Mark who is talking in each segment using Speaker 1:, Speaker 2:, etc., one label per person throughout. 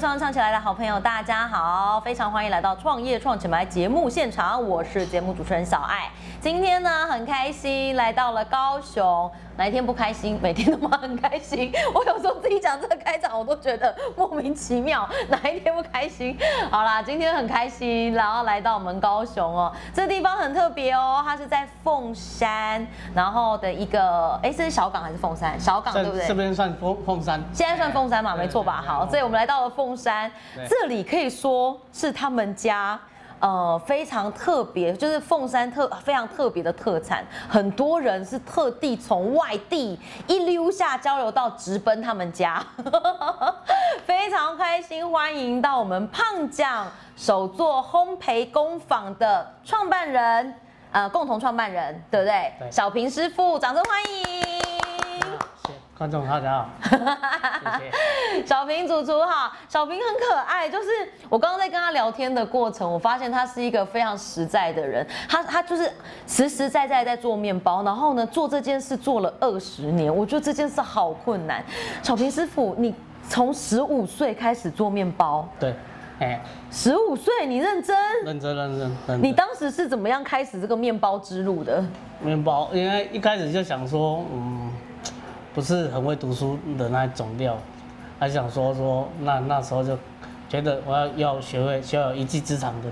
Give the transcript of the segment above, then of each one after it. Speaker 1: 上唱起来的好朋友，大家好，非常欢迎来到《创业创起来》节目现场，我是节目主持人小爱。今天呢，很开心来到了高雄，哪一天不开心？每天都很开心。我有时候自己讲这个开场，我都觉得莫名其妙，哪一天不开心？好啦，今天很开心，然后来到我们高雄哦，这地方很特别哦，它是在凤山，然后的一个，哎，这是小港还是凤山？小港对不对？
Speaker 2: 这边算凤凤山，
Speaker 1: 现在算凤山嘛，
Speaker 2: 对
Speaker 1: 没错吧？
Speaker 2: 对对
Speaker 1: 好，
Speaker 2: 对
Speaker 1: 所以我们来到了凤山
Speaker 2: 对，
Speaker 1: 这里可以说是他们家。呃，非常特别，就是凤山特非常特别的特产，很多人是特地从外地一溜下交流道直奔他们家， 非常开心，欢迎到我们胖酱手作烘焙工坊的创办人，呃，共同创办人，对不对？
Speaker 2: 对
Speaker 1: 小平师傅，掌声欢迎。
Speaker 2: 谢谢观众 大家好，谢谢。
Speaker 1: 小平主厨好，小平很可爱，就是我刚刚在跟他聊天的过程，我发现他是一个非常实在的人，他他就是实实在在在做面包，然后呢做这件事做了二十年，我觉得这件事好困难。小平师傅，你从十五岁开始做面包，
Speaker 2: 对，哎，
Speaker 1: 十五岁你认真，
Speaker 2: 认真认真认真。
Speaker 1: 你当时是怎么样开始这个面包之路的？
Speaker 2: 面包，因为一开始就想说，嗯，不是很会读书的那一种料，还想说说那那时候就觉得我要要学会学有一技之长的。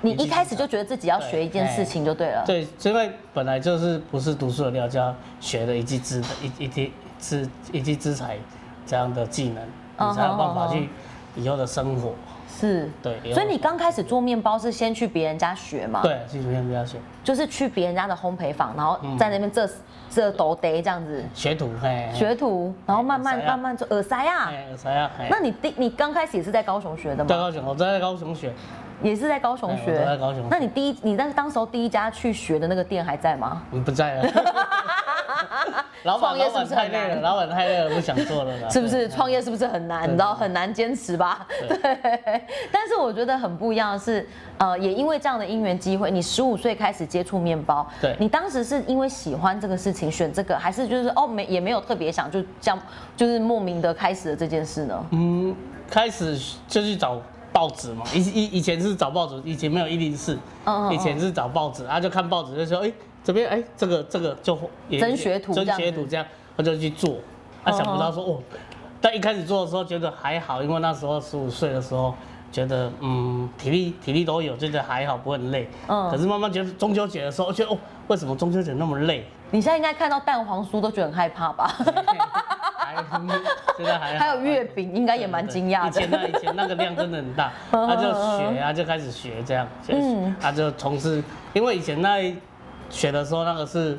Speaker 1: 你一开始就觉得自己要学一件事情就对了。
Speaker 2: 对，因为本来就是不是读书的料，就要学的一技之一一技之一技之才这样的技能，
Speaker 1: 哦
Speaker 2: 你才有办
Speaker 1: 哦
Speaker 2: 法
Speaker 1: 哦
Speaker 2: 去以后的生活。
Speaker 1: 是，
Speaker 2: 对
Speaker 1: 所以你刚开始做面包是先去别人家学吗？
Speaker 2: 对，去学比较学
Speaker 1: 就是去别人家的烘焙坊，然后
Speaker 2: 嗯
Speaker 1: 在那边这、这都得这样子
Speaker 2: 学徒，嘿，嘿
Speaker 1: 学徒，然后慢慢
Speaker 2: 耳嗯塞啊
Speaker 1: 慢慢做耳塞啊。
Speaker 2: 哎，才要哎
Speaker 1: 那你第你刚开始也是在高雄学的
Speaker 2: 在
Speaker 1: 吗？
Speaker 2: 高雄，我在高雄学，
Speaker 1: 也是在高雄
Speaker 2: 对我
Speaker 1: 学。
Speaker 2: 都在高雄学
Speaker 1: 那你第一你在当时候第一家去学的那个店还在吗？
Speaker 2: 嗯你不在 了。老
Speaker 1: 创
Speaker 2: 板，
Speaker 1: 业
Speaker 2: 老
Speaker 1: 是不
Speaker 2: 板
Speaker 1: 是
Speaker 2: 太
Speaker 1: 很
Speaker 2: 累了，
Speaker 1: 难？
Speaker 2: 老板太累了，不想做了 啦。
Speaker 1: 是不
Speaker 2: 啊对
Speaker 1: 是？创业是不是很难？你知道很难坚持吧？ 对
Speaker 2: 对。
Speaker 1: 但是我觉得很不一样的是，呃，也因为这样的因缘机会，你十五岁开始接触面包。
Speaker 2: 对
Speaker 1: 你当时是因为喜欢这个事情选这个，还是就是哦没也没有特别想就这样，就是莫名的开始了这件事呢？
Speaker 2: 嗯，开始就去找报纸嘛，以以以前是找报纸，以前没有一零四
Speaker 1: 嗯嗯，嗯
Speaker 2: 以前是找报纸，啊就看报纸就说，哎、这边哎、这个这个就也
Speaker 1: 真学徒
Speaker 2: 真
Speaker 1: 这样
Speaker 2: 学徒
Speaker 1: 子
Speaker 2: 这样，我就去做，他、
Speaker 1: 嗯
Speaker 2: 想不到说哦，但一开始做的时候觉得还好，因为那时候十五岁的时候。觉得嗯，体力体力都有，觉得还好，不会很累。
Speaker 1: 嗯
Speaker 2: 可是慢慢觉得中秋节的时候，觉得哦，为什么中秋节那么累？
Speaker 1: 你现在应该看到蛋黄酥都觉得很害怕吧？
Speaker 2: 嗯还现在还好
Speaker 1: 还有月饼应该也蛮惊讶的
Speaker 2: 对对对以前那以前那个量真的很大，他就学啊，就开始学这样，嗯
Speaker 1: 嗯，
Speaker 2: 他就从事，因为以前那学的时候那个是。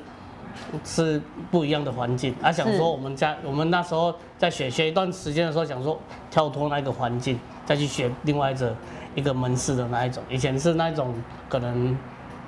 Speaker 2: 是不一样的环境，他、想
Speaker 1: 是
Speaker 2: 说我们家我们那时候在学学一段时间的时候，想说跳脱那个环境，再去学另外一个一个门市的那一种。以前是那一种可能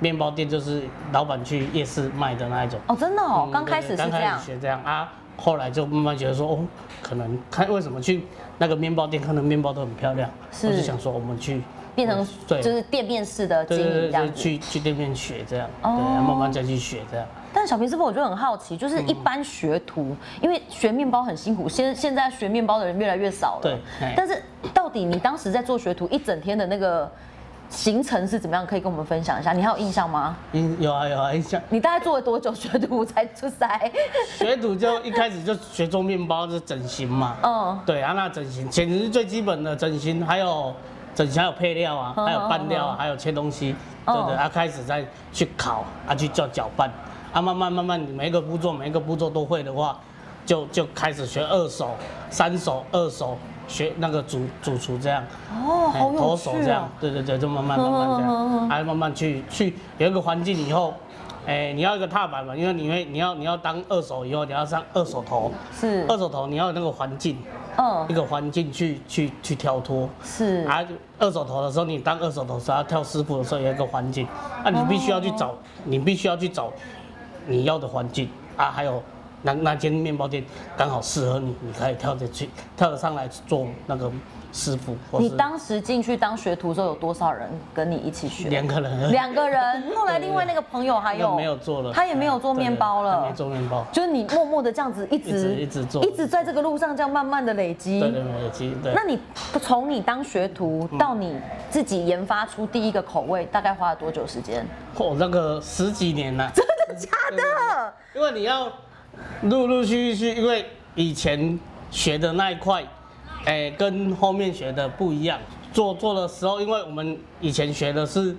Speaker 2: 面包店就是老板去夜市卖的那一种，
Speaker 1: 哦，真的哦
Speaker 2: 嗯，
Speaker 1: 刚开始是
Speaker 2: 对对
Speaker 1: 这
Speaker 2: 刚
Speaker 1: 样
Speaker 2: 开始。学这样啊，后来就慢慢觉得说，哦，可能看为什么去那个面包店看到面包都很漂亮，
Speaker 1: 是
Speaker 2: 我就想说我们去
Speaker 1: 变成
Speaker 2: 对
Speaker 1: 就是店面式的经
Speaker 2: 对对
Speaker 1: 营
Speaker 2: 对
Speaker 1: 这样
Speaker 2: 对，
Speaker 1: 子，
Speaker 2: 去去店面学这样，对，
Speaker 1: 哦
Speaker 2: 慢慢再去学这样。
Speaker 1: 但小平师傅，我就很好奇，就是
Speaker 2: 嗯
Speaker 1: 一般学徒，因为学面包很辛苦，现现在学面包的人越来越少了。
Speaker 2: 对哎
Speaker 1: 但是到底你当时在做学徒一整天的那个行程是怎么样？可以跟我们分享一下？你还有印象吗？
Speaker 2: 嗯，有啊有啊，像
Speaker 1: 你大概做了多久学徒才出塞？
Speaker 2: 学徒就一开始就学做面包，就整形嘛。
Speaker 1: 嗯
Speaker 2: 对啊，那整形简直是最基本的整形，还有整形还有配料啊，
Speaker 1: 嗯
Speaker 2: 还有拌料啊，还有切东西，
Speaker 1: 嗯
Speaker 2: 对对，啊开始再去烤啊，去叫搅拌啊，慢慢慢慢，你每一个步骤每一个步骤都会的话，就就开始学二手、三手、二手，学那个主主厨这样。
Speaker 1: 哦，
Speaker 2: 哎
Speaker 1: 好有
Speaker 2: 投手这
Speaker 1: 趣
Speaker 2: 样
Speaker 1: 哦。，
Speaker 2: 对对对，就慢慢慢慢这
Speaker 1: 嗯嗯嗯嗯
Speaker 2: 样，啊还慢慢去去有一个环境以后，哎，你要一个踏板嘛，因为你会你要你要当二手以后，你要上二手头，
Speaker 1: 是，
Speaker 2: 二手头你要有那个环境，
Speaker 1: 嗯
Speaker 2: 一，个环境去去去跳脱。
Speaker 1: 是，
Speaker 2: 啊，二手头的时候，你当二手头的时候，要跳师傅的时候有一个环
Speaker 1: 哦
Speaker 2: 境，啊，你必须要去找，你必须要去找你要的环境啊，还有那那间面包店刚好适合你，你可以跳着去，跳着上来做那个师傅。或
Speaker 1: 你
Speaker 2: 是
Speaker 1: 当时进去当学徒的时候，有多少人跟你一起学？
Speaker 2: 两个人而已，
Speaker 1: 两个人。后来另外那个朋友还
Speaker 2: 那
Speaker 1: 有
Speaker 2: 个没有做了，
Speaker 1: 他也没有做
Speaker 2: 对
Speaker 1: 面包
Speaker 2: 他
Speaker 1: 了
Speaker 2: 没。做面包。
Speaker 1: 就是你默默的这样子一直
Speaker 2: 一直一直做
Speaker 1: 一直在这个路上这样慢慢的累积。
Speaker 2: 对对，嗯没有机对
Speaker 1: 那。你从你当学徒到你自己研发出第一个口味，大概花了多久时间？
Speaker 2: 哦，那个十几年了，真的假的？因为你要陆陆续续，因为以前学的那一块，哎、跟后面学的不一样。做做的时候，因为我们以前学的是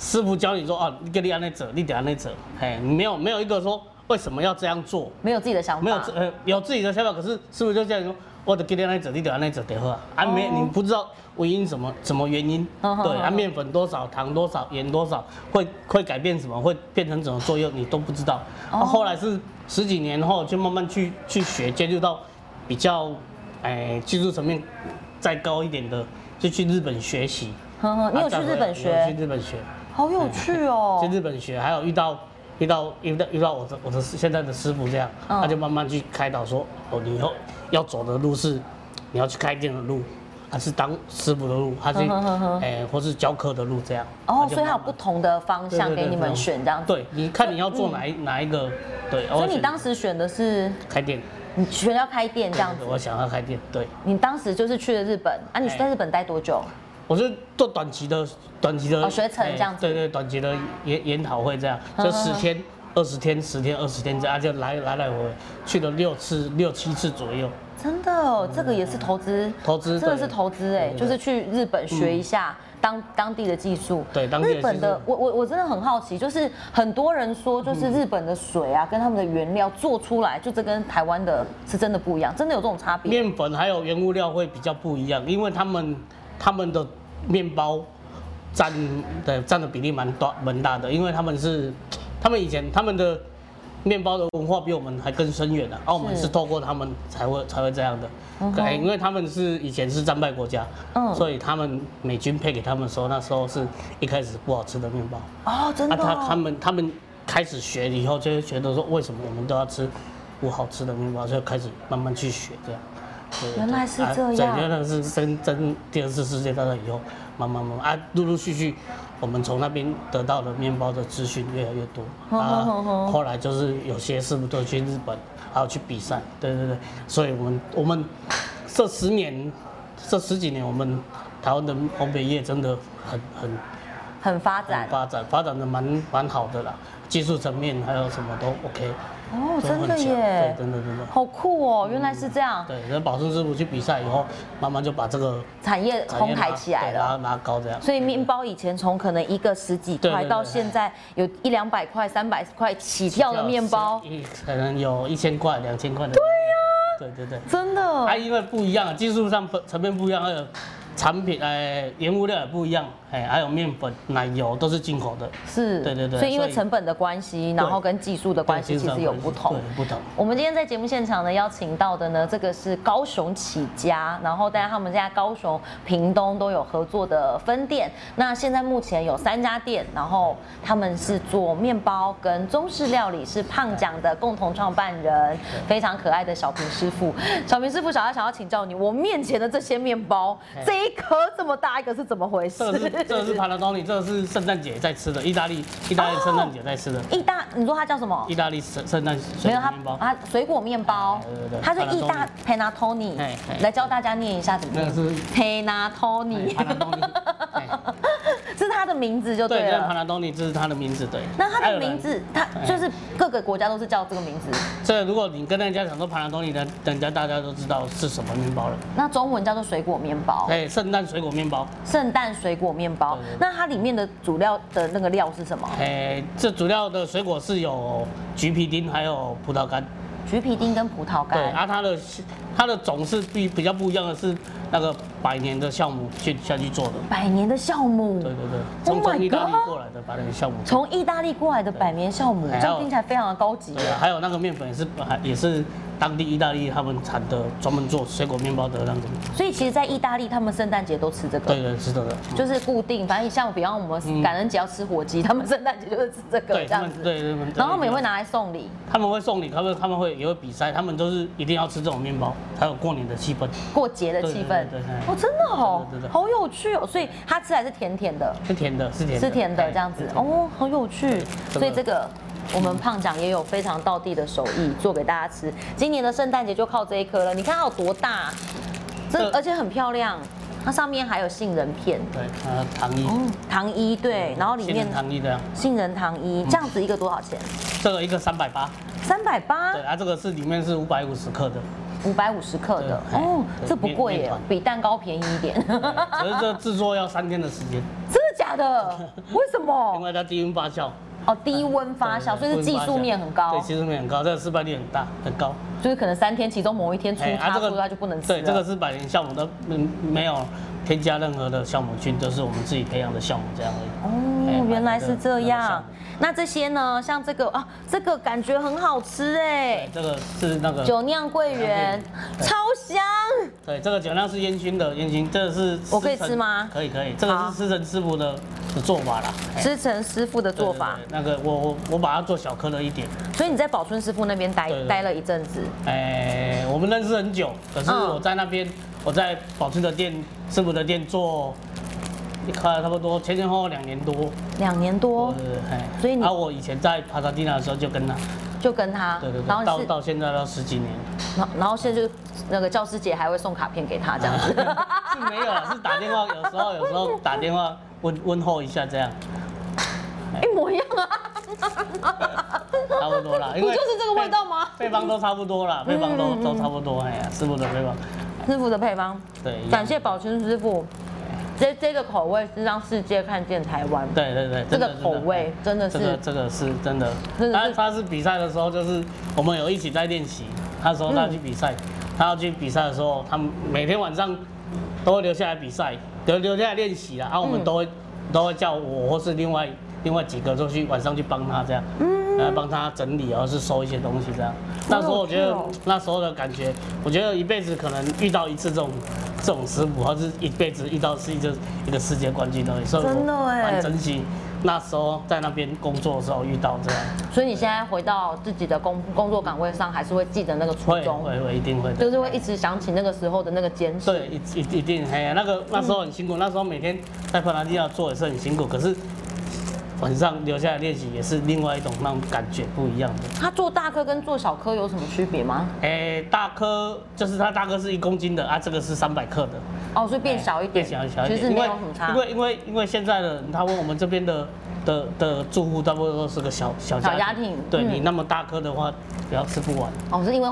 Speaker 2: 师傅教你说啊，你给你按那折，你得按那折，哎、没有没有一个说为什么要这样做，
Speaker 1: 没有自己的想法，
Speaker 2: 没有自呃有自己的想法，可是师傅就这样说，我的给你按那折，你得按那折得喝啊，
Speaker 1: 哦
Speaker 2: 啊没你不知道原因什么什么原因，
Speaker 1: 嗯哼
Speaker 2: 对
Speaker 1: 嗯
Speaker 2: 啊
Speaker 1: 哼
Speaker 2: 面粉多少糖多少盐多少会会改变什么会变成什么作用你都不知道，啊
Speaker 1: 哦
Speaker 2: 后来是十几年后就慢慢去去学接触到比较哎技术层面再高一点的，就去日本学习。
Speaker 1: 呵呵，你有
Speaker 2: 啊
Speaker 1: 去
Speaker 2: 再
Speaker 1: 日
Speaker 2: 回来
Speaker 1: 本
Speaker 2: 有去
Speaker 1: 学，
Speaker 2: 日本学，
Speaker 1: 好有趣哦
Speaker 2: 去。日本学，还有遇到遇到遇到遇到我的我的现在的师傅这样，
Speaker 1: 嗯
Speaker 2: 他就慢慢去开导说，哦，你以后要走的路是你要去开店的路，还是当师傅的路，还是
Speaker 1: 嗯哼哼哼
Speaker 2: 哎或是教课的路这样。
Speaker 1: 哦，
Speaker 2: 就
Speaker 1: 所以它有
Speaker 2: 慢慢
Speaker 1: 不同的方
Speaker 2: 对
Speaker 1: 向
Speaker 2: 对对
Speaker 1: 给你们
Speaker 2: 对
Speaker 1: 选这样子。嗯
Speaker 2: 对，你看你要做哪一哪一个，对。
Speaker 1: 所
Speaker 2: 我
Speaker 1: 以你
Speaker 2: 选
Speaker 1: 当时选的是
Speaker 2: 开店，
Speaker 1: 你选要开店这样子，
Speaker 2: 我想要开店，对。
Speaker 1: 你当时就是去了日本啊？你
Speaker 2: 哎
Speaker 1: 在日本待多久？
Speaker 2: 我是做短期的，短期的
Speaker 1: 哦学成
Speaker 2: 哎
Speaker 1: 这样子嗯
Speaker 2: 对对，短期的研研讨会这样，就十天、二十天、十天、二十天这样，啊就来来来回回去了六次、六七次左右。
Speaker 1: 真的哦，这个也是投资，
Speaker 2: 投资
Speaker 1: 真的
Speaker 2: 对
Speaker 1: 是投资哎，
Speaker 2: 对对嗯
Speaker 1: 就是去日本学一下当当地的技术。
Speaker 2: 对当地的
Speaker 1: 日本的
Speaker 2: 技，
Speaker 1: 我我我真的很好奇，就是很多人说，
Speaker 2: 嗯
Speaker 1: 就是日本的水啊，跟他们的原料做出来，就这跟台湾的是真的不一样，真的有这种差别。
Speaker 2: 面粉还有原物料会比较不一样，因为他们他们的面包占的占的比例蛮大蛮大的，因为他们是他们以前他们的面包的文化比我们还更深远的、啊，而我们
Speaker 1: 是
Speaker 2: 是透过他们才会才会这样的
Speaker 1: 嗯，哼
Speaker 2: 对，因为他们是以前是战败国家，
Speaker 1: 嗯
Speaker 2: 所以他们美军配给他们的时候，那时候是一开始不好吃的面包，
Speaker 1: 哦，真
Speaker 2: 啊，
Speaker 1: 的
Speaker 2: 他他
Speaker 1: 哦。
Speaker 2: 们他们开始学以后，就会觉得说，为什么我们都要吃不好吃的面包？就开始慢慢去学这样。对
Speaker 1: 原来是
Speaker 2: 啊
Speaker 1: 这样
Speaker 2: 对原来是真真第二次世界大战以后，慢慢慢慢啊，陆陆续续，我们从那边得到的面包的资讯越来越 多
Speaker 1: 好好好
Speaker 2: 啊。后来就是有些师傅都去日本，还有去比赛，对对对，所以我们我们这十年这十几年，我们台湾的烘焙业真的很很
Speaker 1: 很发展
Speaker 2: 发展发展的蛮蛮好的啦，技术层面还有什么都 OK，
Speaker 1: 哦，
Speaker 2: 都
Speaker 1: 真
Speaker 2: 很
Speaker 1: 的
Speaker 2: 强
Speaker 1: 耶
Speaker 2: 对，，真的真的，
Speaker 1: 好酷哦，原来是这样，
Speaker 2: 对，那保顺师傅去比赛以后，慢慢就把这个
Speaker 1: 产业
Speaker 2: 产
Speaker 1: 红
Speaker 2: 业
Speaker 1: 海
Speaker 2: 拉
Speaker 1: 起来
Speaker 2: 对
Speaker 1: 了。
Speaker 2: 拉拉高这样。
Speaker 1: 所以面包以前从可能一个十几
Speaker 2: 对对
Speaker 1: 块，
Speaker 2: 对
Speaker 1: 到现在有一两百块、三百块起跳的面包，
Speaker 2: 一可能有一千块、两千块的。对呀、对对对，
Speaker 1: 真的
Speaker 2: 啊，因为不一样，技术上不层面不一样，还有产品呃原物料也不一样，哎，还有面粉、奶油都是进口的，
Speaker 1: 是，
Speaker 2: 对对对
Speaker 1: 所以因为
Speaker 2: 所以
Speaker 1: 成本的关系，然后跟技术的关系
Speaker 2: 对
Speaker 1: 其
Speaker 2: 技术上
Speaker 1: 实有
Speaker 2: 关系
Speaker 1: 不同
Speaker 2: 对。不同。
Speaker 1: 我们今天在节目现场呢，邀请到的呢，这个是高雄起家，然后但他们家高雄、屏东都有合作的分店。那现在目前有三家店，然后他们是做面包跟中式料理，是胖讲的共同创办人，非常可爱的小平师傅。小平师傅，小爱想要请教你，我面前的这些面包，
Speaker 2: 哎
Speaker 1: 这一颗这么大一个是怎么回事
Speaker 2: 这？个是这个是 帕拉多尼，这个是圣诞节在吃的，意大利意大利圣诞节在吃的。
Speaker 1: 意大，你说它叫什么？
Speaker 2: 意大利圣圣诞水
Speaker 1: 没有
Speaker 2: 果
Speaker 1: 它
Speaker 2: 面包，
Speaker 1: 它水果面包
Speaker 2: 对对，对
Speaker 1: 它是意大 panatoni，
Speaker 2: 哎哎
Speaker 1: 来教大家念一下怎么
Speaker 2: 那
Speaker 1: 念
Speaker 2: 个是
Speaker 1: panatoni，
Speaker 2: 帕拉多 尼，哎
Speaker 1: 是它的名字就
Speaker 2: 对，
Speaker 1: 哦对
Speaker 2: 这帕
Speaker 1: 了。
Speaker 2: 拉多尼这是它的名字，对。
Speaker 1: 那它
Speaker 2: 爱
Speaker 1: 的
Speaker 2: 尔兰
Speaker 1: 名，字，它就是各个国家都是叫这个名字，
Speaker 2: 这如果你跟人家讲说帕拉多尼，人人家大家都知道是什么面包了。
Speaker 1: 那中文叫做水果面包，
Speaker 2: 哎，圣诞水果面包，
Speaker 1: 圣诞水果面包
Speaker 2: 对对对。
Speaker 1: 那它里面的主料的那个料是什么？
Speaker 2: 哎，这主要的水果是有橘皮丁，还有葡萄干。
Speaker 1: 橘皮丁跟葡萄
Speaker 2: 对，啊
Speaker 1: 干。
Speaker 2: 啊，它的它的种是比比较不一样的是，那个百年的酵母去下去做的。
Speaker 1: 百年的酵母，
Speaker 2: 对对对，从
Speaker 1: Oh my
Speaker 2: 从意大利
Speaker 1: God
Speaker 2: 过来的百年酵母。
Speaker 1: 从意大利过来的百年酵母，
Speaker 2: 还
Speaker 1: 这
Speaker 2: 有
Speaker 1: 样听起来非常的高级。
Speaker 2: 对啊，还有那个面粉也是还也是当地意大利他们产的，专门做水果面包的那个。
Speaker 1: 所以其实，在意大利他们圣诞节都吃这个
Speaker 2: 对，对，是的的。
Speaker 1: 就是固定，反正像比方我们
Speaker 2: 嗯
Speaker 1: 感恩节要吃火鸡，他们圣诞节就是吃这个
Speaker 2: 对，
Speaker 1: 这
Speaker 2: 他
Speaker 1: 样
Speaker 2: 们
Speaker 1: 子。
Speaker 2: 对对。对
Speaker 1: 然后我们也会，拿来送礼，
Speaker 2: 他们会送礼，他们他们会也会比赛，他们都是一定要吃这种面包，才有过年的气氛。
Speaker 1: 过节的气氛
Speaker 2: 对对对对。对
Speaker 1: 哦，真的哦
Speaker 2: 对对对，对
Speaker 1: 好有趣哦。所以它吃来是甜甜的，
Speaker 2: 是甜的，是甜的，
Speaker 1: 是甜的这样子
Speaker 2: 对。对对
Speaker 1: 哦，好有趣。
Speaker 2: 这个
Speaker 1: 所以这个我们胖讲也有非常道地的手艺做给大家吃。今年的圣诞节就靠这一颗了，你看它有多大，这
Speaker 2: 这
Speaker 1: 而且很漂亮，它上面还有杏仁片，
Speaker 2: 对，呃，糖衣，
Speaker 1: 嗯，糖衣对，然后里面
Speaker 2: 杏仁糖衣的，
Speaker 1: 杏仁糖衣，这样子一个多少钱？
Speaker 2: 这个一个三百八，
Speaker 1: 三百八
Speaker 2: 对，，啊，这个是里面是五百五十克的，
Speaker 1: 五百五十克的
Speaker 2: 对
Speaker 1: 哦，
Speaker 2: 对
Speaker 1: 这不贵
Speaker 2: 面面
Speaker 1: 耶
Speaker 2: 团，
Speaker 1: 比蛋糕便宜一 点。
Speaker 2: 对只是这制作要三天的时间，哦
Speaker 1: 真的假的？为什
Speaker 2: 因
Speaker 1: 么？
Speaker 2: 为它低温发酵，
Speaker 1: 哦，低温发酵，所
Speaker 2: 对
Speaker 1: 以
Speaker 2: 对
Speaker 1: 是
Speaker 2: 对
Speaker 1: 技术面很高
Speaker 2: 对，，技术面很高，这个失败率很大，很高。
Speaker 1: 就是可能三天其中某一天出
Speaker 2: 哎
Speaker 1: 差出差就不能吃
Speaker 2: 对，这个
Speaker 1: 了。
Speaker 2: 是百年酵母的，嗯，没有添加任何的酵母菌，都是我们自己培养的酵母这样而已。
Speaker 1: 哦
Speaker 2: 哎，
Speaker 1: 原来是这样
Speaker 2: 买的。
Speaker 1: 那这些呢？像这个啊，这个感觉很好吃哎
Speaker 2: 对，，这个是那个，
Speaker 1: 酒酿桂圆
Speaker 2: 对
Speaker 1: 超香。
Speaker 2: 对，这个酒酿是烟熏的，烟熏，这个是
Speaker 1: 我可以
Speaker 2: 师承
Speaker 1: 吃吗
Speaker 2: 可以可以，这
Speaker 1: 好
Speaker 2: 个是师承师傅的的做法啦。哎
Speaker 1: 师承师傅的
Speaker 2: 对
Speaker 1: 做法
Speaker 2: 对，对那个我我我把它做小颗了一点，
Speaker 1: 所以你在宝春师傅那边待
Speaker 2: 对对对
Speaker 1: 待了一阵子，
Speaker 2: 哎，我们认识很久，可是
Speaker 1: 嗯
Speaker 2: 我在那边，我在宝春的店，师傅的店做，你看差不多前前后后两年多，
Speaker 1: 两年多
Speaker 2: 对对对哎
Speaker 1: 哦所以你
Speaker 2: 啊，我以前在帕萨蒂娜的时候就跟他，
Speaker 1: 就跟他
Speaker 2: 对对，对，
Speaker 1: 然后
Speaker 2: 到
Speaker 1: 你是
Speaker 2: 到现在都十几年，
Speaker 1: 然后然后现在就是那个教师节还会送卡片给他这样 子，
Speaker 2: 是没有了，是打电话，有时候有时候打电话问问候一下这 样，
Speaker 1: 一模一样啊，
Speaker 2: 差不多啦，
Speaker 1: 不就是这个味道吗
Speaker 2: 配配方都差不多啦，配方都
Speaker 1: 嗯嗯嗯
Speaker 2: 都差不多，哎呀，师傅的配方，
Speaker 1: 师傅的配方。
Speaker 2: 对，一样
Speaker 1: 感谢，宝春师傅，这这个口味是让世界看见台湾。
Speaker 2: 对对对，
Speaker 1: 这
Speaker 2: 真
Speaker 1: 个
Speaker 2: 的哎
Speaker 1: 口味真的
Speaker 2: 这个
Speaker 1: 是
Speaker 2: 这个是真的，
Speaker 1: 真的
Speaker 2: 他
Speaker 1: 是
Speaker 2: 他是比赛的时候，就是我们有一起在练习。那时候
Speaker 1: 嗯
Speaker 2: 他去比赛，他要去比赛的时候，他们每天晚上都会留下来比赛，留留下来练习啦。然啊后我
Speaker 1: 嗯
Speaker 2: 们都会都会叫我或是另外另外几个就去晚上去帮他这样，
Speaker 1: 嗯
Speaker 2: 来帮他整理，然后是收一些东西这样。那时候我觉
Speaker 1: 有
Speaker 2: 得
Speaker 1: 趣哦
Speaker 2: 那时候的感觉，我觉得一辈子可能遇到一次这种这种师傅，或是一辈子遇到是一个一个世界冠军而已，所以我
Speaker 1: 真的哎
Speaker 2: 蛮珍惜那时候在那边工作的时候遇到这样，
Speaker 1: 所以你现在回到自己的工工作岗位上，还是会记得那个初
Speaker 2: 会
Speaker 1: 衷，
Speaker 2: 会会一定会的。
Speaker 1: 就是会一直想起那个时候的那个坚持。
Speaker 2: 对，一一一定，哎呀，那个那时候很辛苦，那时候每天在帕拉蒂亚做也是很辛苦，可是晚上留下来练习也是另外一种那种感觉不一样的。
Speaker 1: 它做大颗跟做小颗有什么区别吗？
Speaker 2: 哎、大颗就是它大颗是一公斤的啊，这个是三百克的，
Speaker 1: 哦，所以变小一点，
Speaker 2: 哎变小小一点，
Speaker 1: 其实没有什么差
Speaker 2: 因。为因为因为因为现在的人他问我们这边的的的住户，大部分都是个小小
Speaker 1: 小家庭
Speaker 2: 对
Speaker 1: 嗯
Speaker 2: 你那么大颗的话，比较吃不完。
Speaker 1: 哦，是因为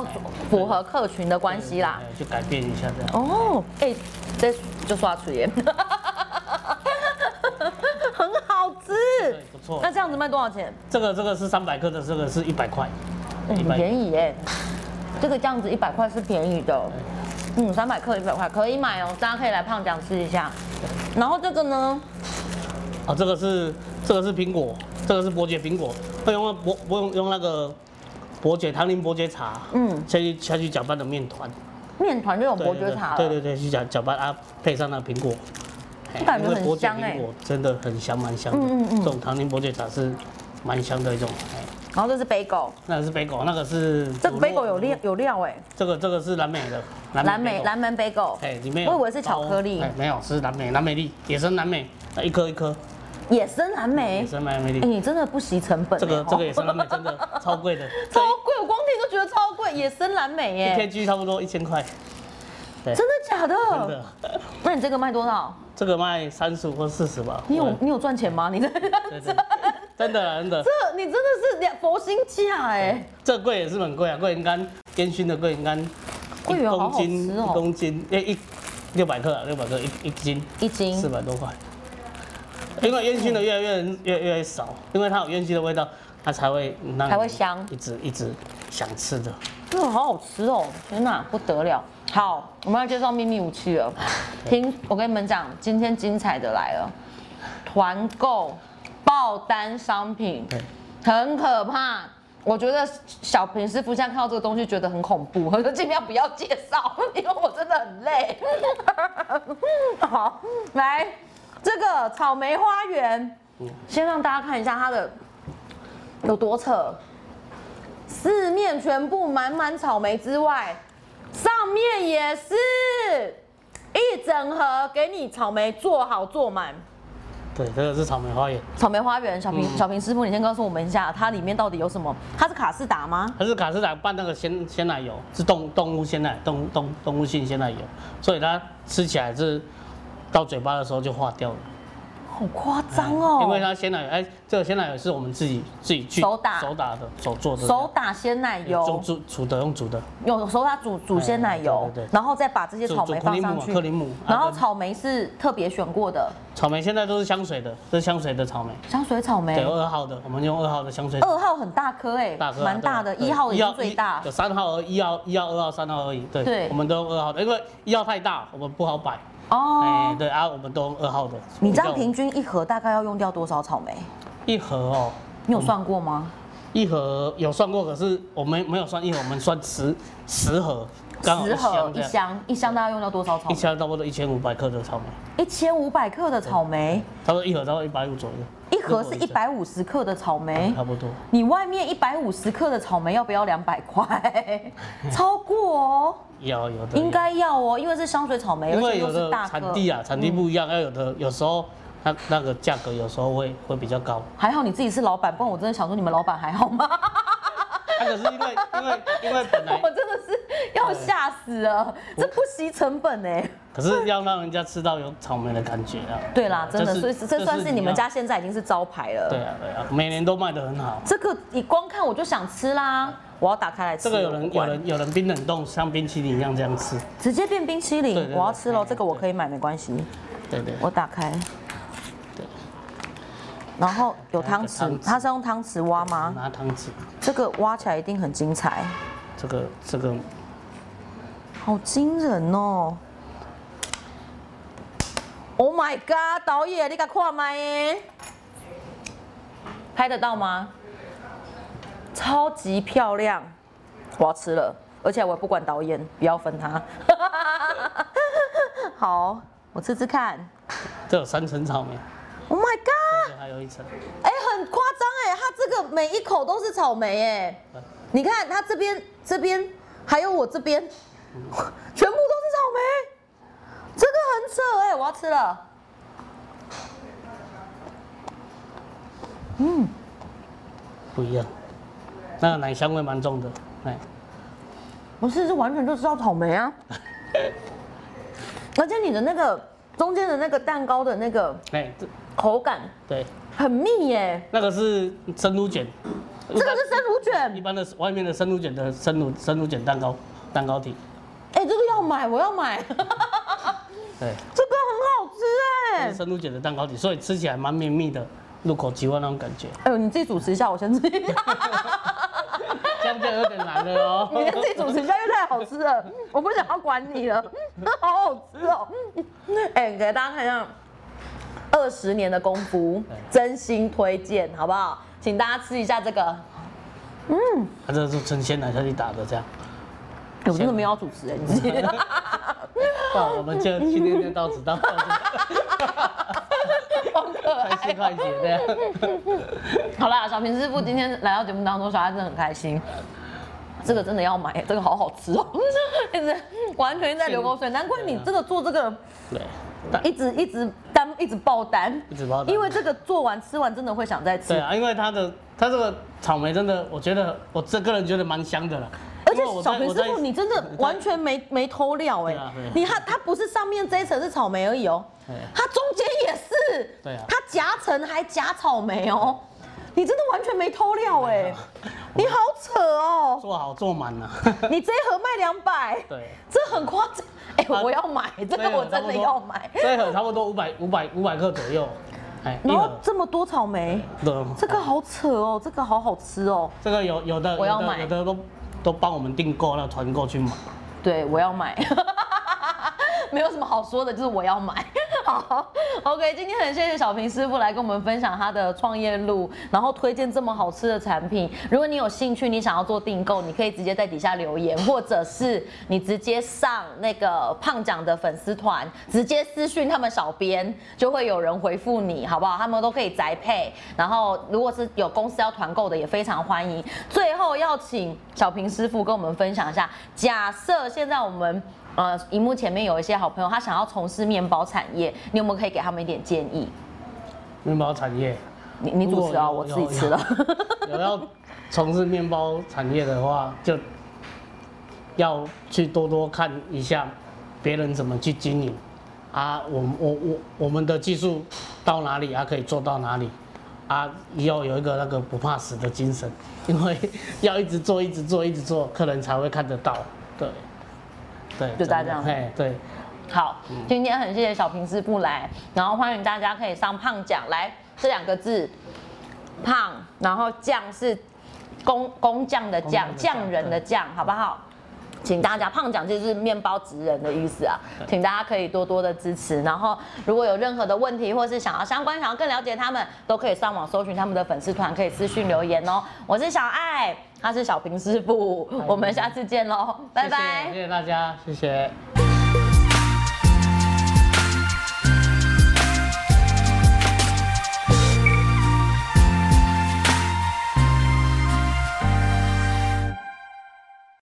Speaker 1: 符合客群的关系啦。
Speaker 2: 对，对对哎去改变一下这样。
Speaker 1: 哦，哎、这就刷出耶， 很好吃。
Speaker 2: 对，不错
Speaker 1: 那。这样子卖多少钱？
Speaker 2: 这个这个是三百克的，这个是一百块，
Speaker 1: 嗯很便宜耶，这个这样子一百块是便宜的，嗯，三百克一百块可以买哦，大家可以来胖讲吃一下。然后这个呢，
Speaker 2: 哦，这个是这个是苹果，这个是伯爵苹果，会用伯不用用那个伯爵汤林伯爵茶，
Speaker 1: 嗯
Speaker 2: 嗯，下去下去搅拌的面团，
Speaker 1: 面团就有伯爵茶了，
Speaker 2: 对对对，去搅搅拌啊，配上那苹果。哎
Speaker 1: 感觉
Speaker 2: 因为
Speaker 1: 很
Speaker 2: 伯爵
Speaker 1: 香哎
Speaker 2: 苹果真的很香，蛮香的。
Speaker 1: 嗯嗯嗯
Speaker 2: 这种唐宁伯爵茶是蛮香的一种。哎
Speaker 1: 然后这是 bagel，
Speaker 2: 那个是北狗，那个是
Speaker 1: 这个
Speaker 2: 乳酪
Speaker 1: bagel 有料，有料哎，
Speaker 2: 这个这个是蓝莓的，
Speaker 1: 蓝莓
Speaker 2: bagel
Speaker 1: 蓝莓 bagel，
Speaker 2: 哎，里面有
Speaker 1: 我以为是巧克力
Speaker 2: 包哎，没有，是蓝莓，蓝莓粒，野生蓝莓，那一颗一颗，
Speaker 1: 野生蓝莓
Speaker 2: 嗯野，生蓝莓
Speaker 1: 哎，
Speaker 2: 粒，
Speaker 1: 你真的不惜成本哎，
Speaker 2: 这个
Speaker 1: 哦
Speaker 2: 这个野生蓝莓真的超贵的，
Speaker 1: 超贵，我光听就觉得超贵，野生蓝莓
Speaker 2: 一
Speaker 1: 耶，
Speaker 2: kg 差不多一千块，
Speaker 1: 真的假
Speaker 2: 真
Speaker 1: 的？
Speaker 2: 的，
Speaker 1: 那你这个卖多少？
Speaker 2: 这个卖三十五或四十吧，
Speaker 1: 你有
Speaker 2: 对
Speaker 1: 你有赚钱吗？你这
Speaker 2: 对对，真的啦真的，
Speaker 1: 这你真的是两佛心价哎，
Speaker 2: 这贵也是很贵啊，桂圆干烟熏的桂圆干，
Speaker 1: 桂圆
Speaker 2: 一
Speaker 1: 好
Speaker 2: 公
Speaker 1: 好
Speaker 2: 斤
Speaker 1: 吃
Speaker 2: 一
Speaker 1: 哦
Speaker 2: 公斤，哎一六百克啊，六百克一一斤。
Speaker 1: 一斤
Speaker 2: 四百多块。因为烟熏的越来越越越来越少，因为它有烟熏的味道，它才会让你
Speaker 1: 才会香
Speaker 2: 一直一直想吃的。
Speaker 1: 这个好好吃哦！天哪，不得了！好，我们要介绍秘密武器了。听，我跟你们讲，今天精彩的来了，团购爆单商品
Speaker 2: 对，
Speaker 1: 很可怕。我觉得小平师傅现在看到这个东西觉得很恐怖，我就尽量不要介绍， 因为我真的很累。 好，来这个草莓花园，先让大家看一下它的有多扯。四面全部满满草莓之外，上面也是一整盒给你草莓做好做满。
Speaker 2: 对，这个是草莓花园，
Speaker 1: 草莓花园，小平、
Speaker 2: 嗯
Speaker 1: 小平师傅，你先告诉我们一下，它里面到底有什么？它是卡士达吗？
Speaker 2: 它是卡斯达拌那个鲜鲜奶油，是动动物鲜奶，动动动物性鲜奶油，所以它吃起来是到嘴巴的时候就化掉了。
Speaker 1: 好夸张哦！
Speaker 2: 因为它鲜奶油，哎，这个鲜奶油是我们自己自己去
Speaker 1: 手打
Speaker 2: 手打的手做的，
Speaker 1: 手打鲜奶
Speaker 2: 用
Speaker 1: 油，
Speaker 2: 煮煮的用煮的，
Speaker 1: 有手打煮煮鲜奶油
Speaker 2: 哎对对对，
Speaker 1: 然后再把这些
Speaker 2: 煮
Speaker 1: 草莓
Speaker 2: 煮克
Speaker 1: 放
Speaker 2: 林
Speaker 1: 上
Speaker 2: 姆
Speaker 1: 去
Speaker 2: 嘛，克林姆，啊
Speaker 1: 然后
Speaker 2: 跟
Speaker 1: 草莓是特别选过的
Speaker 2: 草莓现在都是香水的，这是香水的草莓，
Speaker 1: 香水草莓
Speaker 2: 对，，二号的，我们用二号的香水。
Speaker 1: 二号很大颗哎
Speaker 2: 大，哥啊
Speaker 1: 蛮大的，
Speaker 2: 对
Speaker 1: 一号已经最
Speaker 2: 一
Speaker 1: 大
Speaker 2: 有，三号、一号、一号、二号、三号而已。对，
Speaker 1: 对
Speaker 2: 我们都用二号的，因为一号太大，我们不好摆。
Speaker 1: 哦
Speaker 2: 哎，。对啊，我们都用二号的。
Speaker 1: 你这样
Speaker 2: 比较
Speaker 1: 平均一盒大概要用掉多少草莓？
Speaker 2: 一盒哦，
Speaker 1: 你有算过吗？
Speaker 2: 一盒有算过，可是我们没有算一盒，我们算十十盒，刚好
Speaker 1: 十
Speaker 2: 一
Speaker 1: 盒
Speaker 2: 箱这
Speaker 1: 一
Speaker 2: 样，
Speaker 1: 箱，哦一箱大概用掉多少草莓？
Speaker 2: 一箱差不多一千五百克的草莓，
Speaker 1: 一千五百克的草莓，
Speaker 2: 差不多一盒差不多一百五左右，
Speaker 1: 一盒是一百五十克的草莓。
Speaker 2: 差不多。
Speaker 1: 你外面一百五十克的草莓要不要两百 块？超过哦，
Speaker 2: 有有的
Speaker 1: 应该要哦，因为是香水草莓，而
Speaker 2: 啊因为
Speaker 1: 且
Speaker 2: 有
Speaker 1: 又是
Speaker 2: 的
Speaker 1: 大
Speaker 2: 产
Speaker 1: 颗。
Speaker 2: 地啊，产地不一样，要有的有时候它那个价格有时候会会比较高。
Speaker 1: 还好你自己是老板，不然我真的想说你们老板还好吗？
Speaker 2: 那啊可是因为因为因为本来
Speaker 1: 我真的是要吓死了，这不惜成本哎。
Speaker 2: 可是要让人家吃到有草莓的感觉啊。
Speaker 1: 对啦，真的，
Speaker 2: 就是啊
Speaker 1: 所以这算是你们
Speaker 2: 要
Speaker 1: 家现在已经是招牌了。
Speaker 2: 对啊对啊，每年都卖得很好。
Speaker 1: 这个你光看我就想吃啦，我要打开来吃。
Speaker 2: 这个有
Speaker 1: 我不
Speaker 2: 人有
Speaker 1: 管
Speaker 2: 人有人冰冷冻，像冰淇淋一样这样吃。
Speaker 1: 直接变冰淇淋，
Speaker 2: 对对对哎
Speaker 1: 我要吃喽，
Speaker 2: 对
Speaker 1: 这个我可以买，没关系。
Speaker 2: 对对，
Speaker 1: 我打开，然后有汤
Speaker 2: 哎还有
Speaker 1: 匙
Speaker 2: 个汤，匙嗯
Speaker 1: 它是用汤匙挖吗？
Speaker 2: 拿汤匙，
Speaker 1: 这个挖起来一定很精彩，
Speaker 2: 这个这个
Speaker 1: 好惊人哦！Oh my god，导演，你敢看麦耶？拍得到吗？超级漂亮，我要吃了，而且我也不管导演，不要分他。 好，我吃吃看。
Speaker 2: 这有三层草莓，
Speaker 1: Oh my god！
Speaker 2: 这还有一层。
Speaker 1: 哎、很夸张哎，它这个每一口都是草莓哎，你看它这边这边还有我这边， 全部都是草莓，这个很扯哎，我要吃了。
Speaker 2: 不一样，那个奶香味蛮重的，哎，
Speaker 1: 不是，这完全就知道草莓 啊。而且你的那个中间的那个蛋糕的那个
Speaker 2: 哎，这
Speaker 1: 口感
Speaker 2: 对，
Speaker 1: 很密耶，
Speaker 2: 那个是生乳卷，这
Speaker 1: 这个是生乳卷
Speaker 2: 一，般的外面的生乳卷的生乳生乳卷蛋糕蛋糕体，
Speaker 1: 哎、这个要买，我要买， 这个
Speaker 2: 对，
Speaker 1: 很好吃哎。
Speaker 2: 是生乳卷的蛋糕体，所以吃起来蛮绵密的，入口即化那种感觉，
Speaker 1: 哎呦，你自己主持一下，我先吃一下。
Speaker 2: 这样就有点难了哦。
Speaker 1: 你自己 主持一下，因为太好吃了，我不想要管你了， 好好吃哦。哎、给大家看一下，二十年的功夫，真心推荐，好不好？请大家吃一下这个。
Speaker 2: 它啊这是纯鲜奶下去打的，这样。
Speaker 1: 哎我真的没有要主持人， 你自己
Speaker 2: 好，我们就今天就到此到此，
Speaker 1: 好可爱
Speaker 2: 开心快捷这样。
Speaker 1: 好啦，小平师傅今天来到节目当中，小孩真的很开心。这个真的要买，这个好好吃哦， 一直完全在流口水，难怪你这个做这个
Speaker 2: 对，但
Speaker 1: 一直一直单一直爆单，
Speaker 2: 一直包的
Speaker 1: 因为这个做完吃完真的会想再吃
Speaker 2: 对。啊，因为它的它这个草莓真的，我觉得我这个人觉得蛮香的了。
Speaker 1: 而且
Speaker 2: 因为我在
Speaker 1: 小平师
Speaker 2: 我
Speaker 1: 傅，
Speaker 2: 在
Speaker 1: 你真的完全没没偷料哎、
Speaker 2: 对啊对啊
Speaker 1: 你看它不是上面这一层是草莓而已哦、
Speaker 2: 对
Speaker 1: 它中间也是，
Speaker 2: 对啊
Speaker 1: 它夹层还夹草莓哦、你真的完全没偷料哎、
Speaker 2: 啊
Speaker 1: 你好扯哦、
Speaker 2: 做好做满了。
Speaker 1: 你这一盒卖两百，
Speaker 2: 对，
Speaker 1: 这很夸张哎，
Speaker 2: 啊
Speaker 1: 我要买，这个我真的要买。
Speaker 2: 这一盒差不多五百五百五百克左右，哎，一
Speaker 1: 然后
Speaker 2: 盒
Speaker 1: 这么多草莓，
Speaker 2: 的
Speaker 1: 这个好扯哦、这个好好吃哦、
Speaker 2: 这个有有的
Speaker 1: 我要
Speaker 2: 有的
Speaker 1: 买
Speaker 2: 有的都都帮我们订购那个团购去买，
Speaker 1: 对，我要买，没有什么好说的，就是我要买。好，OK，今天很谢谢小平师傅来跟我们分享他的创业路，然后推荐这么好吃的产品。如果你有兴趣，你想要做订购，你可以直接在底下留言，或者是你直接上那个胖讲的粉丝团，直接私讯他们小编，就会有人回复你，好不好？他们都可以宅配。然后，如果是有公司要团购的，也非常欢迎。最后要请小平师傅跟我们分享一下，假设现在我们呃，荧幕前面有一些好朋友，他想要从事面包产业，你有没有可以给他们一点建议？
Speaker 2: 面包产业。
Speaker 1: 你你主持啊，
Speaker 2: 如
Speaker 1: 我
Speaker 2: 果有
Speaker 1: 自己吃了。
Speaker 2: 有 要从事面包产业的话，就要去多多看一下别人怎么去经营啊。我我我我们的技术到哪里啊，可以做到哪里啊，要有一个那个不怕死的精神，因为 要一直做，一直做，一直做，客人才会看得到。对，对，
Speaker 1: 就大家这样
Speaker 2: 哎，对，
Speaker 1: 好，今天很谢谢小平师傅来，然后欢迎大家可以上胖讲来这两个字，胖，然后酱是工工匠的匠，
Speaker 2: 工匠的匠
Speaker 1: 匠人的匠，好不好？请大家胖讲就是面包职人的意思啊，请大家可以多多的支持。然后如果有任何的问题，或是想要相关、想要更了解他们，都可以上网搜寻他们的粉丝团，可以私讯留言哦。我是小爱，他是小平师傅，我们下次见喽，拜拜。
Speaker 2: 谢谢谢谢大家，谢谢。